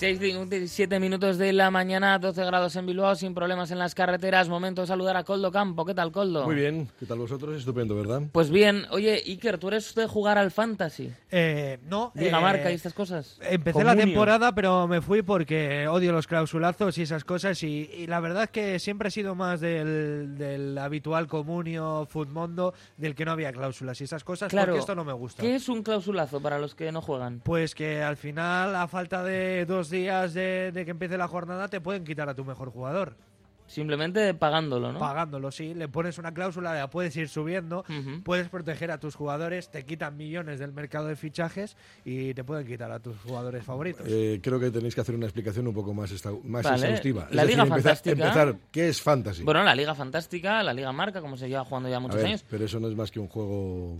6 minutos, 7 minutos de la mañana, 12 grados en Bilbao, sin problemas en las carreteras. Momento de saludar a Coldo Campo. ¿Qué tal, Coldo? Muy bien, ¿qué tal vosotros? Estupendo, ¿verdad? Pues bien, oye, Iker, ¿tú eres de jugar al fantasy? Eh, no. Liga eh, Marca y estas cosas. Empecé la Comunio. temporada, pero me fui porque odio los clausulazos y esas cosas. Y, y la verdad es que siempre he sido más del, del habitual comunio, Futmondo, del que no había cláusulas y esas cosas, Claro. porque esto no me gusta. ¿Qué es un clausulazo para los que no juegan? Pues que al final, a falta de dos días de, de que empiece la jornada, te pueden quitar a tu mejor jugador. Simplemente pagándolo, ¿no? Pagándolo, sí. Le pones una cláusula, la puedes ir subiendo, Ujú. puedes proteger a tus jugadores, te quitan millones del mercado de fichajes y te pueden quitar a tus jugadores favoritos. Eh, creo que tenéis que hacer una explicación un poco más, esta- más Vale. exhaustiva. La Liga empezar, Fantástica. empezar, ¿qué es fantasy? Bueno, la Liga Fantástica, la Liga Marca, como se lleva jugando ya A muchos ver, años. pero eso no es más que un juego...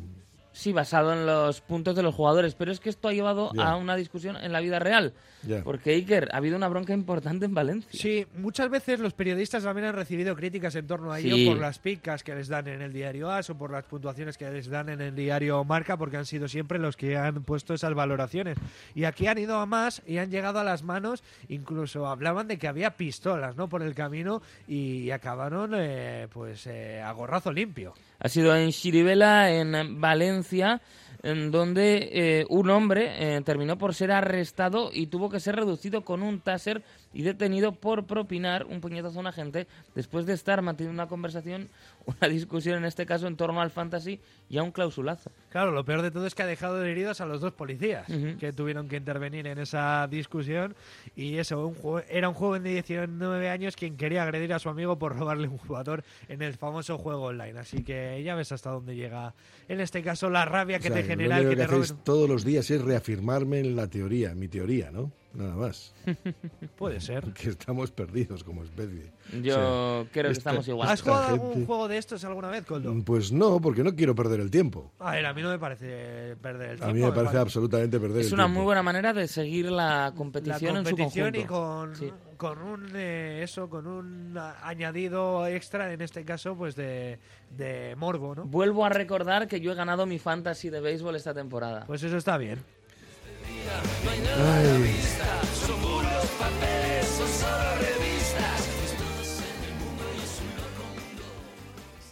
Sí, basado en los puntos de los jugadores. Pero es que esto ha llevado Ya. a una discusión en la vida real. Ya. Porque, Iker, ha habido una bronca importante en Valencia. Sí, muchas veces los periodistas también han recibido críticas en torno a Sí. ello por las picas que les dan en el diario AS o por las puntuaciones que les dan en el diario Marca, porque han sido siempre los que han puesto esas valoraciones. Y aquí han ido a más y han llegado a las manos, incluso hablaban de que había pistolas ¿no? por el camino y acabaron eh, pues eh, a gorrazo limpio. Ha sido en Chirivela, en Valencia, en donde eh, un hombre eh, terminó por ser arrestado y tuvo que ser reducido con un taser y detenido por propinar un puñetazo a un agente después de estar manteniendo una conversación, una discusión en este caso en torno al fantasy y a un clausulazo. Claro, lo peor de todo es que ha dejado de heridos a los dos policías Ujú. que tuvieron que intervenir en esa discusión. Y eso, un jo- era un joven de 19 años quien quería agredir a su amigo por robarle un jugador en el famoso juego online. Así que ya ves hasta dónde llega, en este caso, la rabia que O sea, te lo genera el único que te que hacéis roben. todos los días es reafirmarme en la teoría, mi teoría, ¿no? Nada más. Hmm. Puede ser. Que estamos perdidos como especie. Yo O sea, creo que esta- estamos igual. ¿Has Esta jugado algún gente- juego de estos alguna vez, Coldo? Pues no, porque no quiero perder el tiempo. A ver, a mí no me parece perder el tiempo. A mí me parece absolutamente perder Es el una tiempo. muy buena manera de seguir la la competición, competición en y su conjunto. con, Sí. con un eh, eso con un a- añadido extra en este caso pues de, de morbo no Vuelvo a recordar que yo he ganado mi fantasy de béisbol esta temporada. pues eso está bien Ay. Son puros papeles, son solo revistas.